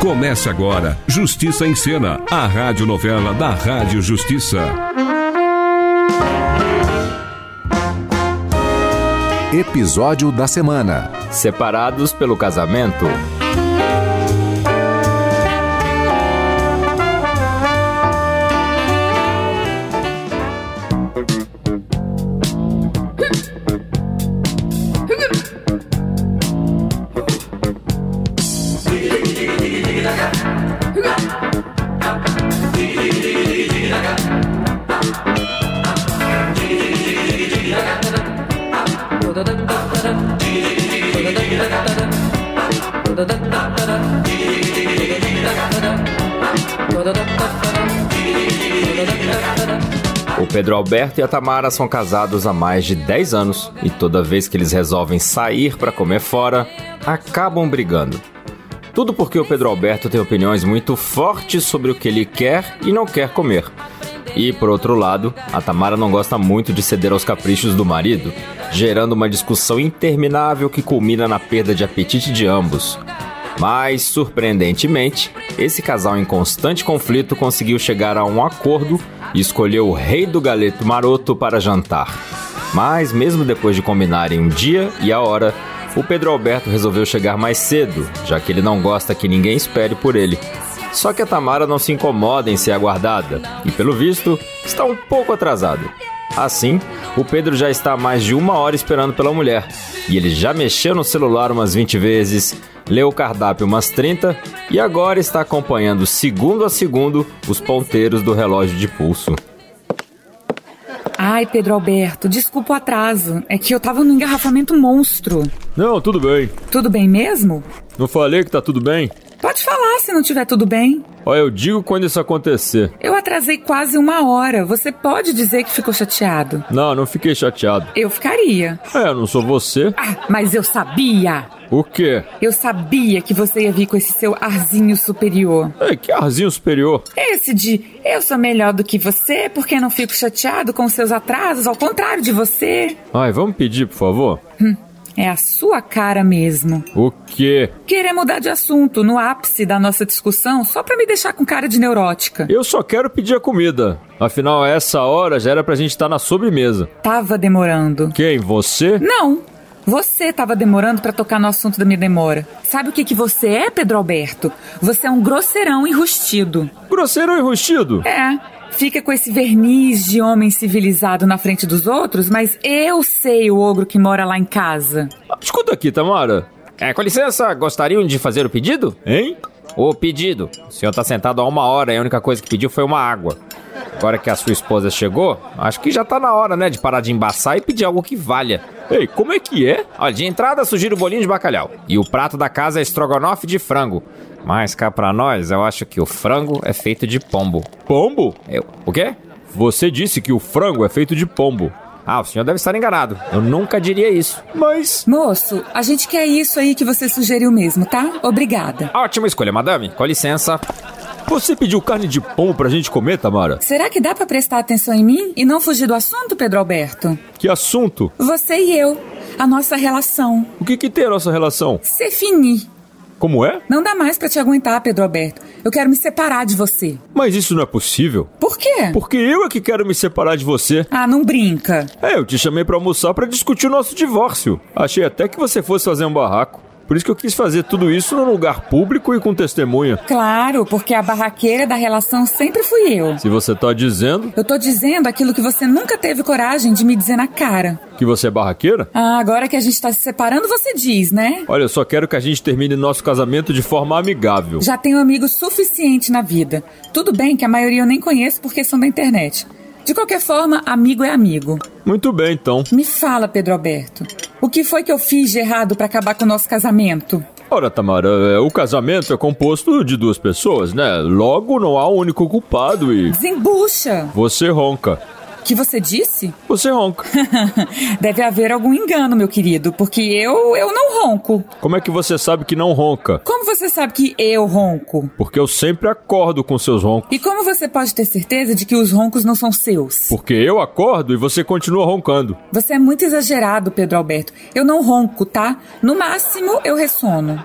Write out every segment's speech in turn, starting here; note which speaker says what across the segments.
Speaker 1: Começa agora Justiça em Cena, a radionovela da Rádio Justiça.
Speaker 2: Episódio da semana.
Speaker 3: Separados pelo casamento. O Pedro Alberto e a Tamara são casados há mais de 10 anos e toda vez que eles resolvem sair para comer fora, acabam brigando. Tudo porque o Pedro Alberto tem opiniões muito fortes sobre o que ele quer e não quer comer. E, por outro lado, a Tamara não gosta muito de ceder aos caprichos do marido, gerando uma discussão interminável que culmina na perda de apetite de ambos. Mas, surpreendentemente, esse casal em constante conflito conseguiu chegar a um acordo e escolheu o rei do galeto maroto para jantar. Mas, mesmo depois de combinarem um dia e a hora, o Pedro Alberto resolveu chegar mais cedo, já que ele não gosta que ninguém espere por ele. Só que a Tamara não se incomoda em ser aguardada e, pelo visto, está um pouco atrasada. Assim, o Pedro já está há mais de uma hora esperando pela mulher e ele já mexeu no celular umas 20 vezes, leu o cardápio umas 30 e agora está acompanhando segundo a segundo os ponteiros do relógio de pulso.
Speaker 4: Ai, Pedro Alberto, desculpa o atraso. É que eu tava num engarrafamento monstro.
Speaker 5: Não, tudo bem.
Speaker 4: Tudo bem mesmo?
Speaker 5: Não falei que tá tudo bem?
Speaker 4: Pode falar se não tiver tudo bem.
Speaker 5: Olha, eu digo quando isso acontecer.
Speaker 4: Eu atrasei quase uma hora. Você pode dizer que ficou chateado?
Speaker 5: Não, não fiquei chateado.
Speaker 4: Eu ficaria.
Speaker 5: É, eu não sou você.
Speaker 4: Ah, mas eu sabia!
Speaker 5: O quê?
Speaker 4: Eu sabia que você ia vir com esse seu arzinho superior.
Speaker 5: É, que arzinho superior.
Speaker 4: Esse de eu sou melhor do que você porque não fico chateado com seus atrasos, ao contrário de você.
Speaker 5: Ai, vamos pedir, por favor?
Speaker 4: Hum, é a sua cara mesmo.
Speaker 5: O quê?
Speaker 4: Querer mudar de assunto no ápice da nossa discussão só pra me deixar com cara de neurótica.
Speaker 5: Eu só quero pedir a comida. Afinal, a essa hora já era pra gente estar na sobremesa.
Speaker 4: Tava demorando.
Speaker 5: Quem? Você?
Speaker 4: Não, você tava demorando pra tocar no assunto da minha demora. Sabe o que que você é, Pedro Alberto? Você é um grosseirão enrustido.
Speaker 5: Grosseiro enrustido?
Speaker 4: É. Fica com esse verniz de homem civilizado na frente dos outros, mas eu sei o ogro que mora lá em casa.
Speaker 5: Escuta aqui, Tamara.
Speaker 3: É, com licença, gostariam de fazer o pedido?
Speaker 5: Hein?
Speaker 3: O pedido. O senhor tá sentado há uma hora e a única coisa que pediu foi uma água. Agora que a sua esposa chegou, acho que já tá na hora, né, de parar de embaçar e pedir algo que valha.
Speaker 5: Ei, como é que é?
Speaker 3: Olha, de entrada sugiro o bolinho de bacalhau. E o prato da casa é estrogonofe de frango. Mas cá pra nós, eu acho que o frango é feito de pombo.
Speaker 5: Pombo?
Speaker 3: Eu. O quê?
Speaker 5: Você disse que o frango é feito de pombo.
Speaker 3: Ah, o senhor deve estar enganado. Eu nunca diria isso.
Speaker 5: Mas.
Speaker 4: Moço, a gente quer isso aí que você sugeriu mesmo, tá? Obrigada.
Speaker 3: Ótima escolha, madame. Com licença.
Speaker 5: Você pediu carne de pombo pra gente comer, Tamara?
Speaker 4: Será que dá pra prestar atenção em mim e não fugir do assunto, Pedro Alberto?
Speaker 5: Que assunto?
Speaker 4: Você e eu. A nossa relação.
Speaker 5: O que, que tem a nossa relação?
Speaker 4: C'est fini.
Speaker 5: Como é?
Speaker 4: Não dá mais pra te aguentar, Pedro Alberto. Eu quero me separar de você.
Speaker 5: Mas isso não é possível.
Speaker 4: Por quê?
Speaker 5: Porque eu é que quero me separar de você.
Speaker 4: Ah, não brinca.
Speaker 5: É, eu te chamei pra almoçar pra discutir o nosso divórcio. Achei até que você fosse fazer um barraco. Por isso que eu quis fazer tudo isso num lugar público e com testemunha.
Speaker 4: Claro, porque a barraqueira da relação sempre fui eu.
Speaker 5: Se você tá dizendo
Speaker 4: Eu tô dizendo aquilo que você nunca teve coragem de me dizer na cara.
Speaker 5: que você é barraqueira,
Speaker 4: Ah, agora que a gente tá se separando, você diz, né?
Speaker 5: olha, eu só quero que a gente termine nosso casamento de forma amigável.
Speaker 4: Já tenho amigos suficiente na vida. Tudo bem que a maioria eu nem conheço porque são da internet. De qualquer forma, amigo é amigo.
Speaker 5: Muito bem, então.
Speaker 4: Me fala, Pedro Alberto, o que foi que eu fiz de errado pra acabar com o nosso casamento?
Speaker 3: Ora, Tamara, é, o casamento é composto de duas pessoas, né? Logo, não há um único culpado e.
Speaker 4: Desembucha!
Speaker 3: Você ronca.
Speaker 4: Que você disse?
Speaker 3: Você ronca.
Speaker 4: Deve haver algum engano, meu querido, porque eu eu não ronco.
Speaker 3: Como é que você sabe que não ronca?
Speaker 4: Como você sabe que eu ronco?
Speaker 3: Porque eu sempre acordo com seus roncos.
Speaker 4: E como você pode ter certeza de que os roncos não são seus?
Speaker 3: Porque eu acordo e você continua roncando.
Speaker 4: Você é muito exagerado, Pedro Alberto. Eu não ronco, tá? No máximo, eu ressono.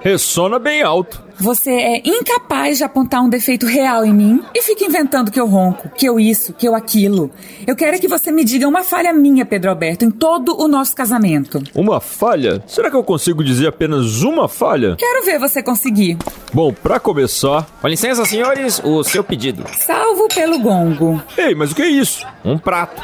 Speaker 3: Ressona bem alto.
Speaker 4: Você é incapaz de apontar um defeito real em mim e fica inventando que eu ronco, que eu isso, que eu aquilo. Eu quero é que você me diga uma falha minha, Pedro Alberto, em todo o nosso casamento.
Speaker 3: Uma falha? Será que eu consigo dizer apenas uma falha?
Speaker 4: Quero ver você conseguir.
Speaker 3: Bom, pra começar.
Speaker 6: Com licença, senhores, o seu pedido.
Speaker 4: Salvo pelo gongo.
Speaker 3: Ei, mas o que é isso?
Speaker 6: Um prato.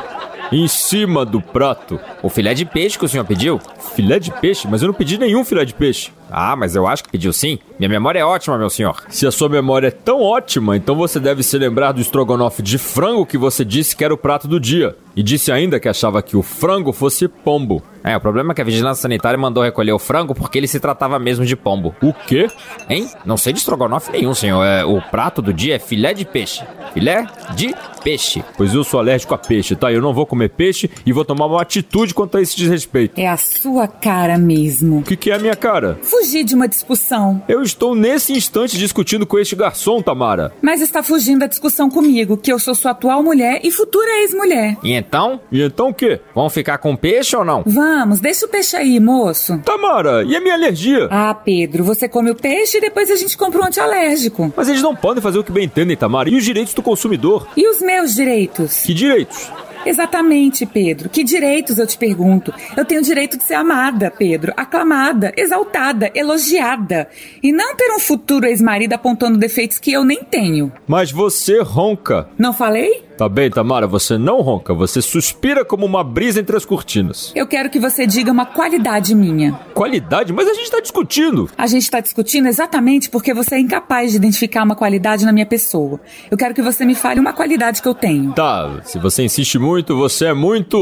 Speaker 3: Em cima do prato.
Speaker 6: O filé de peixe que o senhor pediu?
Speaker 3: Filé de peixe? Mas eu não pedi nenhum filé de peixe.
Speaker 6: Ah, mas eu acho que pediu sim. Minha memória é ótima, meu senhor.
Speaker 3: Se a sua memória é tão ótima, então você deve se lembrar do estrogonofe de frango que você disse que era o prato do dia. E disse ainda que achava que o frango fosse pombo.
Speaker 6: É, o problema é que a vigilância sanitária mandou recolher o frango porque ele se tratava mesmo de pombo.
Speaker 3: O quê?
Speaker 6: Hein? Não sei de estrogonofe nenhum, senhor. É, o prato do dia é filé de peixe. Filé de peixe.
Speaker 3: Pois eu sou alérgico a peixe, tá? Eu não vou comer peixe e vou tomar uma atitude quanto a esse desrespeito.
Speaker 4: É a sua cara mesmo.
Speaker 3: O que, que é a minha cara?
Speaker 4: Fugir de uma discussão.
Speaker 3: Eu estou nesse instante discutindo com este garçom, Tamara.
Speaker 4: Mas está fugindo da discussão comigo, que eu sou sua atual mulher e futura ex-mulher.
Speaker 6: E então?
Speaker 3: E então o quê?
Speaker 6: Vão ficar com peixe ou não?
Speaker 4: Vamos, deixa o peixe aí, moço.
Speaker 3: Tamara, e a minha alergia?
Speaker 4: Ah, Pedro, você come o peixe e depois a gente compra um antialérgico.
Speaker 3: Mas eles não podem fazer o que bem entendem, Tamara. E os direitos do consumidor?
Speaker 4: E os meus direitos?
Speaker 3: Que direitos?
Speaker 4: Exatamente, Pedro. Que direitos eu te pergunto? Eu tenho o direito de ser amada, Pedro, aclamada, exaltada, elogiada. E não ter um futuro ex-marido apontando defeitos que eu nem tenho.
Speaker 3: Mas você ronca.
Speaker 4: Não falei?
Speaker 3: Tá bem, Tamara, você não ronca, você suspira como uma brisa entre as cortinas.
Speaker 4: Eu quero que você diga uma qualidade minha.
Speaker 3: Qualidade? Mas a gente tá discutindo.
Speaker 4: A gente tá discutindo exatamente porque você é incapaz de identificar uma qualidade na minha pessoa. Eu quero que você me fale uma qualidade que eu tenho.
Speaker 3: Tá, se você insiste muito, você é muito.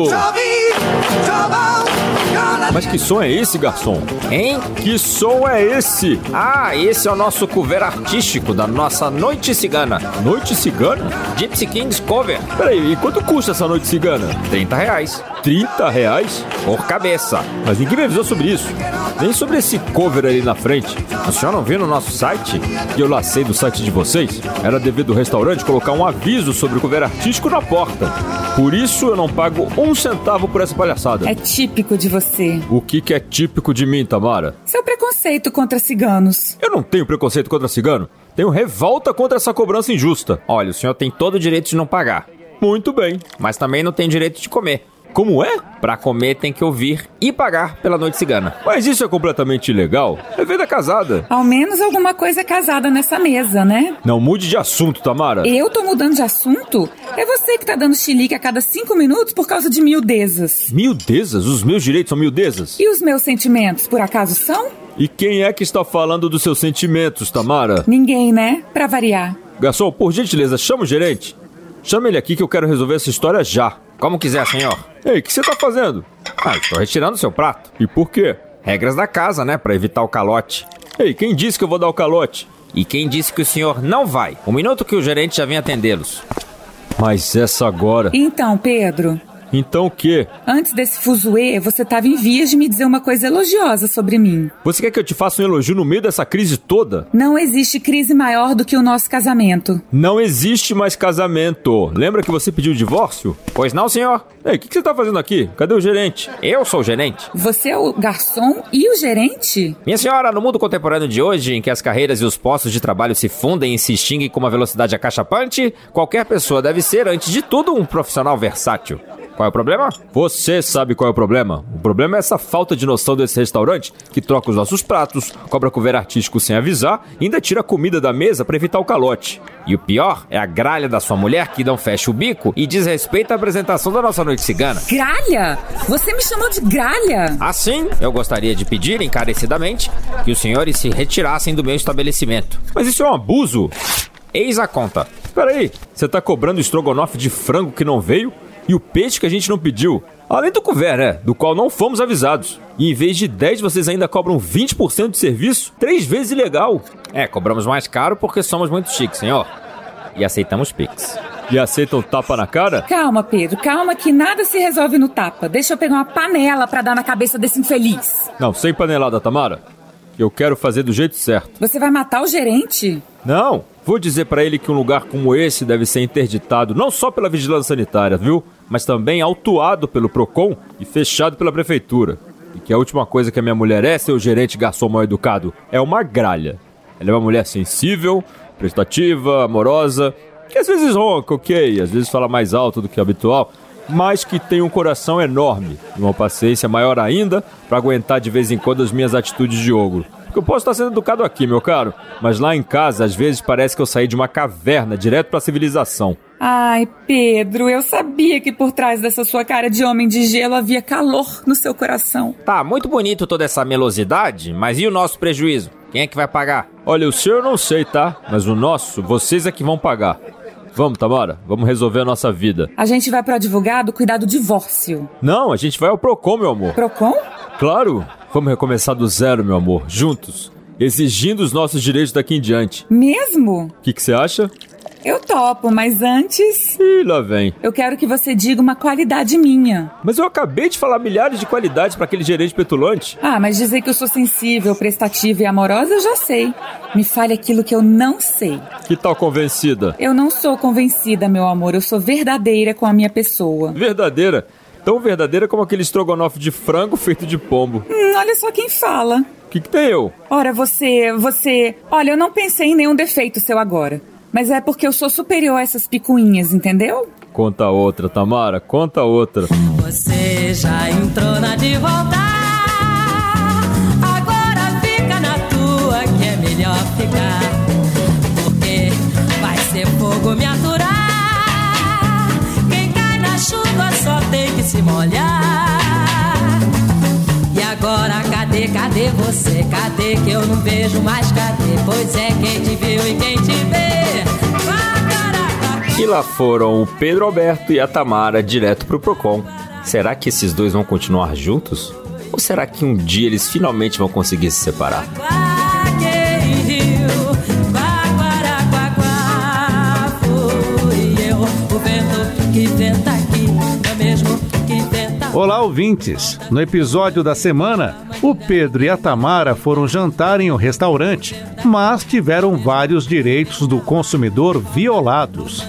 Speaker 3: Mas que som é esse, garçom?
Speaker 6: Hein?
Speaker 3: Que som é esse?
Speaker 6: Ah, esse é o nosso cover artístico da nossa Noite Cigana.
Speaker 3: Noite cigana?
Speaker 6: Gypsy Kings Cover.
Speaker 3: Peraí, e quanto custa essa noite cigana?
Speaker 6: 30 reais
Speaker 3: 30 reais?
Speaker 6: por cabeça.
Speaker 3: Mas ninguém me avisou sobre isso. Nem sobre esse cover ali na frente.
Speaker 6: O senhor não viu no nosso site?
Speaker 3: E eu lacei do site de vocês. Era dever do restaurante colocar um aviso sobre o cover artístico na porta. Por isso eu não pago um centavo por essa palhaçada.
Speaker 4: É típico de você.
Speaker 3: O que, que é típico de mim, Tamara?
Speaker 4: Seu preconceito contra ciganos.
Speaker 3: Eu não tenho preconceito contra cigano. Tenho revolta contra essa cobrança injusta.
Speaker 6: Olha, o senhor tem todo o direito de não pagar,
Speaker 3: Muito bem.
Speaker 6: mas também não tem direito de comer.
Speaker 3: Como é?
Speaker 6: Pra comer tem que ouvir e pagar pela noite cigana.
Speaker 3: Mas isso é completamente ilegal. É venda casada.
Speaker 4: Ao menos alguma coisa é casada nessa mesa, né?
Speaker 3: Não mude de assunto, Tamara.
Speaker 4: Eu tô mudando de assunto? É você que tá dando chilique a cada cinco minutos por causa de miudezas.
Speaker 3: Miudezas? Os meus direitos são miudezas?
Speaker 4: E os meus sentimentos, por acaso, são?
Speaker 3: E quem é que está falando dos seus sentimentos, Tamara?
Speaker 4: Ninguém, né? Pra variar.
Speaker 3: Garçom, por gentileza, chama o gerente. Chama ele aqui que eu quero resolver essa história já.
Speaker 6: Como quiser, senhor.
Speaker 3: Ei, o que você tá fazendo?
Speaker 6: Ah, estou retirando seu prato.
Speaker 3: E por quê?
Speaker 6: Regras da casa, né? Pra evitar o calote.
Speaker 3: Ei, quem disse que eu vou dar o calote?
Speaker 6: E quem disse que o senhor não vai? Um minuto que o gerente já vem atendê-los.
Speaker 3: Mas essa agora.
Speaker 4: Então, Pedro,
Speaker 3: Então o quê?
Speaker 4: antes desse fuzuê, você tava em vias de me dizer uma coisa elogiosa sobre mim.
Speaker 3: Você quer que eu te faça um elogio no meio dessa crise toda?
Speaker 4: Não existe crise maior do que o nosso casamento.
Speaker 3: Não existe mais casamento. Lembra que você pediu divórcio?
Speaker 6: Pois não, senhor?
Speaker 3: Ei, o que, que você tá fazendo aqui? Cadê o gerente?
Speaker 6: Eu sou o gerente.
Speaker 4: Você é o garçom e o gerente?
Speaker 6: Minha senhora, no mundo contemporâneo de hoje, em que as carreiras e os postos de trabalho se fundem e se extinguem com uma velocidade acachapante, qualquer pessoa deve ser, antes de tudo, um profissional versátil. Qual é o problema?
Speaker 3: Você sabe qual é o problema. O problema é essa falta de noção desse restaurante que troca os nossos pratos, cobra cover artístico sem avisar e ainda tira a comida da mesa pra evitar o calote.
Speaker 6: E o pior é a gralha da sua mulher que não fecha o bico e desrespeita a apresentação da nossa noite cigana.
Speaker 4: Gralha? Você me chamou de gralha?
Speaker 6: Assim, eu gostaria de pedir encarecidamente que os senhores se retirassem do meu estabelecimento.
Speaker 3: Mas isso é um abuso.
Speaker 6: Eis a conta.
Speaker 3: Peraí, você tá cobrando estrogonofe de frango que não veio e o peixe que a gente não pediu. Além do couvert, né? Do qual não fomos avisados. E em vez de 10, vocês ainda cobram 20% de serviço? Três vezes ilegal.
Speaker 6: É, cobramos mais caro porque somos muito chiques, senhor. E aceitamos Pix.
Speaker 3: E aceitam tapa na cara?
Speaker 4: Calma, Pedro, calma que nada se resolve no tapa. Deixa eu pegar uma panela pra dar na cabeça desse infeliz.
Speaker 3: Não, sem panelada, Tamara. Eu quero fazer do jeito certo.
Speaker 4: Você vai matar o gerente?
Speaker 3: Não, vou dizer pra ele que um lugar como esse deve ser interditado não só pela vigilância sanitária, viu? Mas também autuado pelo Procon e fechado pela prefeitura. E que a última coisa que a minha mulher é, seu gerente garçom mal educado, é uma gralha. Ela é uma mulher sensível, prestativa, amorosa, que às vezes ronca, ok, às vezes fala mais alto do que habitual, mas que tem um coração enorme e uma paciência maior ainda para aguentar de vez em quando as minhas atitudes de ogro. Porque eu posso estar sendo educado aqui, meu caro, mas lá em casa às vezes parece que eu saí de uma caverna direto para a civilização.
Speaker 4: Ai, Pedro, eu sabia que por trás dessa sua cara de homem de gelo havia calor no seu coração.
Speaker 6: Tá, muito bonito toda essa melosidade, mas e o nosso prejuízo? Quem é que vai pagar?
Speaker 3: Olha, o seu eu não sei, tá? Mas o nosso, vocês é que vão pagar. Vamos, Tamara, vamos resolver a nossa vida.
Speaker 4: A gente vai pro advogado cuidar do divórcio.
Speaker 3: Não, a gente vai ao Procon, meu amor.
Speaker 4: Procon?
Speaker 3: Claro, vamos recomeçar do zero, meu amor, juntos, exigindo os nossos direitos daqui em diante.
Speaker 4: Mesmo?
Speaker 3: O que que você acha?
Speaker 4: Eu topo, mas antes
Speaker 3: Ih, lá vem.
Speaker 4: eu quero que você diga uma qualidade minha.
Speaker 3: Mas eu acabei de falar milhares de qualidades para aquele gerente petulante.
Speaker 4: Ah, mas dizer que eu sou sensível, prestativa e amorosa, eu já sei. Me fale aquilo que eu não sei.
Speaker 3: Que tal convencida?
Speaker 4: Eu não sou convencida, meu amor. Eu sou verdadeira com a minha pessoa.
Speaker 3: Verdadeira. Tão verdadeira como aquele estrogonofe de frango feito de pombo.
Speaker 4: Hum, olha só quem fala.
Speaker 3: O que, que tem eu?
Speaker 4: Ora, você, você. Olha, eu não pensei em nenhum defeito seu agora. Mas é porque eu sou superior a essas picuinhas, entendeu?
Speaker 3: Conta outra, Tamara, conta outra.
Speaker 7: Você já entrou na de voltar. Agora fica na tua que é melhor ficar. Porque vai ser fogo me aturar. Quem cai na chuva só tem que se molhar. E agora cadê, cadê você? Cadê que eu não vejo mais? Cadê? Pois é, quem te viu e quem te vê. Vá, caraca,
Speaker 6: E lá foram o Pedro Alberto e a Tamara direto pro Procon. Será que esses dois vão continuar juntos? Ou será que um dia eles finalmente vão conseguir se separar?
Speaker 7: Guaqueiriu, guaguaraguaguá, fui eu, o vento que venta aqui, é mesmo que venta.
Speaker 1: Tá. Olá, ouvintes! No episódio da semana, o Pedro e a Tamara foram jantar em um restaurante, mas tiveram vários direitos do consumidor violados.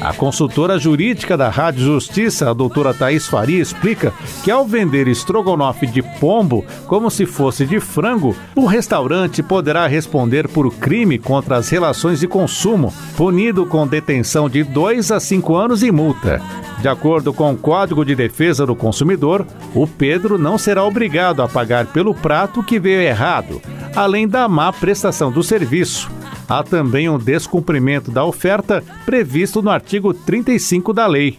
Speaker 1: A consultora jurídica da Rádio Justiça, a doutora Thaís Faria, explica que ao vender estrogonofe de pombo como se fosse de frango, o restaurante poderá responder por crime contra as relações de consumo, punido com detenção de 2 a 5 anos e multa. De acordo com o Código de Defesa do Consumidor, o Pedro não será obrigado a pagar pelo prato que veio errado, além da má prestação do serviço. Há também um descumprimento da oferta previsto no artigo 35 da lei.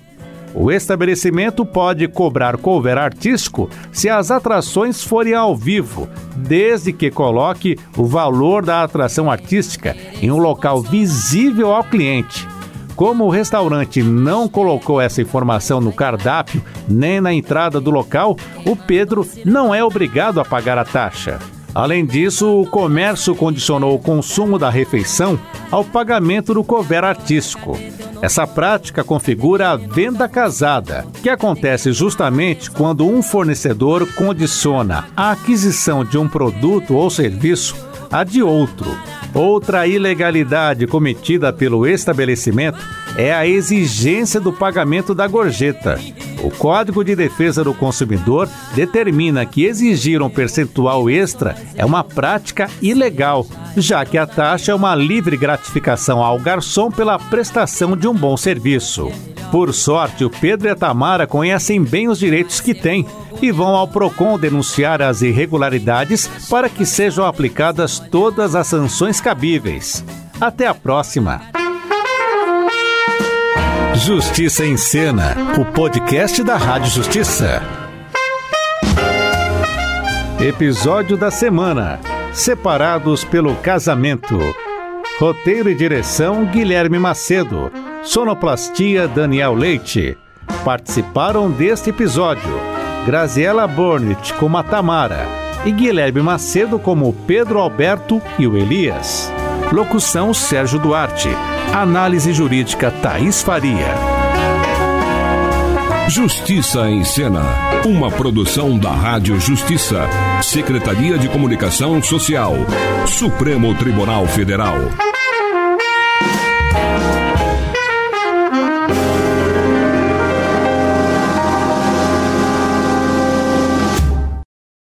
Speaker 1: O estabelecimento pode cobrar cover artístico se as atrações forem ao vivo, desde que coloque o valor da atração artística em um local visível ao cliente. Como o restaurante não colocou essa informação no cardápio nem na entrada do local, o Pedro não é obrigado a pagar a taxa. Além disso, o comércio condicionou o consumo da refeição ao pagamento do cover artístico. Essa prática configura a venda casada, que acontece justamente quando um fornecedor condiciona a aquisição de um produto ou serviço a de outro. Outra ilegalidade cometida pelo estabelecimento é a exigência do pagamento da gorjeta. O Código de Defesa do Consumidor determina que exigir um percentual extra é uma prática ilegal, já que a taxa é uma livre gratificação ao garçom pela prestação de um bom serviço. Por sorte, o Pedro e a Tamara conhecem bem os direitos que têm e vão ao Procon denunciar as irregularidades para que sejam aplicadas todas as sanções cabíveis. Até a próxima. Justiça em Cena, o podcast da Rádio Justiça. Episódio da semana: Separados pelo casamento. Roteiro e direção: Guilherme Macedo. Sonoplastia: Daniel Leite. Participaram deste episódio Graziela Bornit como a Tamara e Guilherme Macedo como o Pedro Alberto e o Elias. Locução Sérgio Duarte. Análise jurídica Thaís Faria.
Speaker 8: Justiça em Cena. Uma produção da Rádio Justiça. Secretaria de Comunicação Social. Supremo Tribunal Federal.